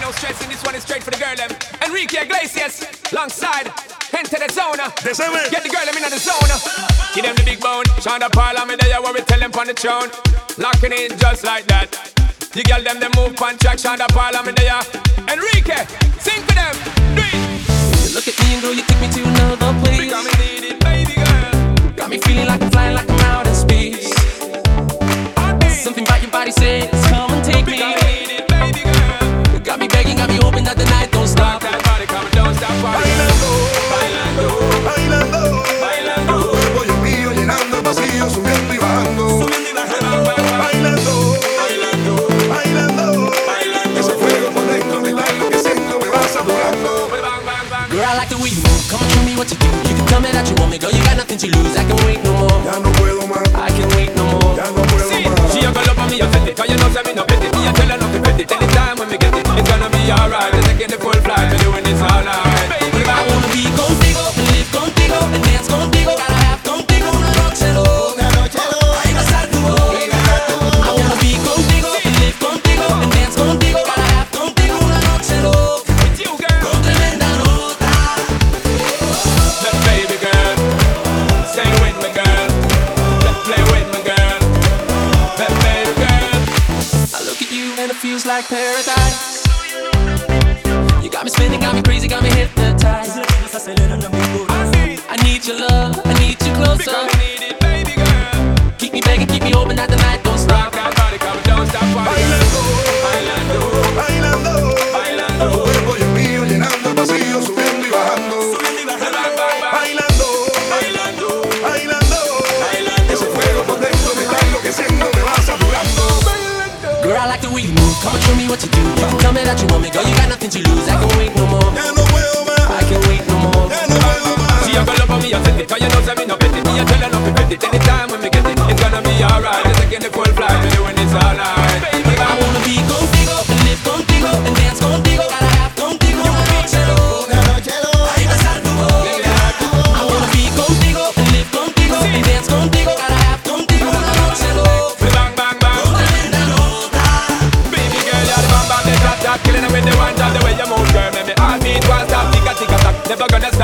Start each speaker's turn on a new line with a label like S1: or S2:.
S1: no stress, and this one is straight for the girl them. Enrique Iglesias, alongside, enter the zone.
S2: Decime.
S1: Get the girl them in the zone. Give them the big bone. Shonda Paul, me there, what we tell them on the throne. Locking in just like that. You girl them, they move on track. Shonda Paul, me there. Enrique, sing for them. Do it.
S3: You look at me and girl, you take me to another place.
S1: Because me need it, baby girl.
S3: Got me feeling like I'm flying, like I'm out in space.
S1: I need it.
S3: Something about your body says, come and take me.
S1: Because me need it, baby girl.
S3: Got me begging, got me hoping that the night don't stop.
S1: That body come, don't stop
S2: Bailando,
S1: Bailando,
S2: bailando,
S1: bailando,
S2: voy un río llenando el vacío, subiendo y bajando, bailando,
S1: bailando.
S2: bailando, ese fuego por dentro me está enloqueciendo, me vas adorando.
S1: Bang, bang, bang.
S3: Girl, I like the way you move. Come and show me what you do. You can tell me that you want me, girl. You got nothing to lose. I can wait no more.
S2: Ya no puedo más,
S3: I can wait no more.
S2: ya no puedo
S1: See,
S2: más.
S1: she a go love on me and set it Cause you know say me no petty Me a tell her not to pet it Anytime when me get it It's gonna be alright We're taking the full flight We're doing this all night Baby,
S3: I wanna be contigo and live contigo and dance contigo. Gotta have contigo una noche loca. Ay, besar tu boca. I wanna be contigo and live contigo and dance contigo. Gotta have contigo una noche loca.
S1: with you, girl
S3: Con tremenda nota.
S1: Just baby, girl Stay with me, girl Just play with me, girl Just baby, girl
S3: I look at you and it feels like paradise. You got me spinning, got me crazy, got me hypnotized. I need your love, I need you
S1: Because
S3: closer.
S1: we need it, baby, girl
S3: Keep me begging, keep me hoping that the night don't
S1: Rock
S3: stop.
S1: that body, come don't stop oh. Bailando, bailando,
S2: Bailando,
S1: bailando
S2: tu cuerpo y el mío llenando el vacío, subiendo y bajando,
S1: Bang, bang, bang
S2: bailando,
S1: Bailando,
S2: bailando, ese fuego por dentro me está enloqueciendo, me vas adorando.
S3: Girl, I like the way you move. Come and show me what you do. You can tell me that you want me, girl. You got nothing to lose. I can wait no more.
S2: Ya no puedo más,
S3: I can wait no more.
S2: ya no puedo más.
S1: She a go love on me and set it Cause you know say me no petty Me a tell her not to pet it Anytime when me get it It's gonna be alright We're taking the full flight We're doing this all night Baby,
S3: I wanna be contigo and live contigo and dance contigo. Gotta have contigo una noche loca. Ay, besar tu boca. I wanna be contigo and live contigo and dance contigo. Gotta have contigo una noche loca.
S1: We bang bang bang,
S3: Tremenda nota.
S1: baby girl, you're the bang bang, the drop top, killing 'em with the one drop. The way you move, girl, make me heart beat one stop. Ticka ticka tock, never gonna stop.